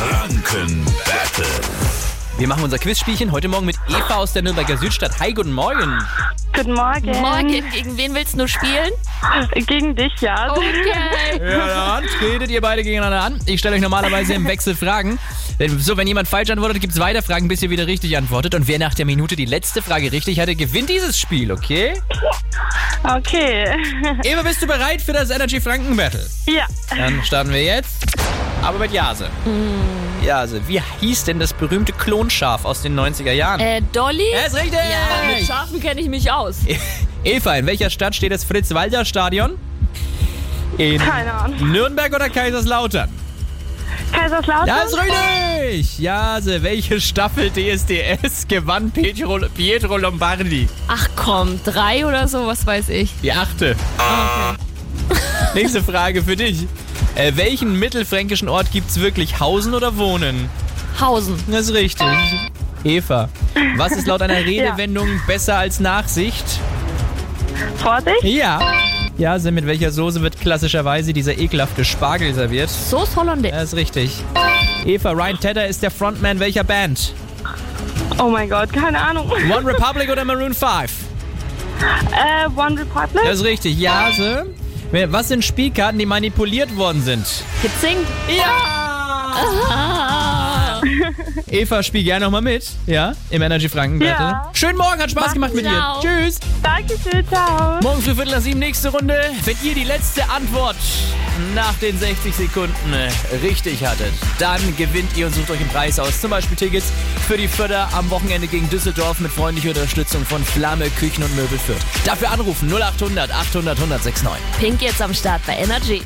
Franken Battle. Wir machen unser Quizspielchen heute Morgen mit Eva aus der Nürnberger Südstadt. Hi, guten Morgen. Guten Morgen. Morgen, gegen wen willst du spielen? Gegen dich, ja. Oh. Okay. Ja, dann tretet ihr beide gegeneinander an. Ich stelle euch normalerweise im Wechsel Fragen. Wenn- So, wenn jemand falsch antwortet, gibt es weiter Fragen, bis ihr wieder richtig antwortet. Und wer nach der Minute die letzte Frage richtig hatte, gewinnt dieses Spiel, okay? Okay. Eva, bist du bereit für das Energy Franken Battle? Ja. Dann starten wir jetzt. Aber mit Jase. Mm. Jase, wie hieß denn das berühmte Klonschaf aus den 90er Jahren? Äh, Dolly? Er ist richtig! Ja, mit Schafen kenne ich mich aus. E- Eva, in welcher Stadt steht das Fritz-Walter-Stadion? In Keine Ahnung. Nürnberg oder Kaiserslautern? Kaiserslautern? Ja, ist richtig! Jase, welche Staffel DSDS gewann Pietro, Pietro Lombardi? Ach komm, drei oder so, was weiß ich. Die achte. Nächste Frage für dich. Äh, welchen mittelfränkischen Ort gibt's wirklich? Hausen oder Wohnen? Hausen. Das ist richtig. Eva, was ist laut einer Redewendung besser als Nachsicht? Vorsicht. Ja. Jase, mit welcher Soße wird klassischerweise dieser ekelhafte Spargel serviert? Soße Hollandaise. Das ist richtig. Eva, Ryan Tedder ist der Frontman welcher Band? Oh mein Gott, keine Ahnung. One Republic oder Maroon 5? Äh, One Republic? Das ist richtig. Jase, was sind Spielkarten, die manipuliert worden sind? Gezinkt. Ja! Ah. Eva, spiel gerne nochmal mit. Ja, im Energy Franken Battle. Ja. Schönen Morgen, hat Spaß gemacht mit dir. Ciao. Tschüss. Dankeschön, ciao. Morgen früh Viertel nach sieben, nächste Runde. Wenn ihr die letzte Antwort nach den 60 Sekunden richtig hattet, dann gewinnt ihr und sucht euch einen Preis aus. Zum Beispiel Tickets für die Förder am Wochenende gegen Düsseldorf mit freundlicher Unterstützung von Flamme Küchen und Möbel Fürth. Dafür anrufen 0800 800 1069. Pink jetzt am Start bei Energy.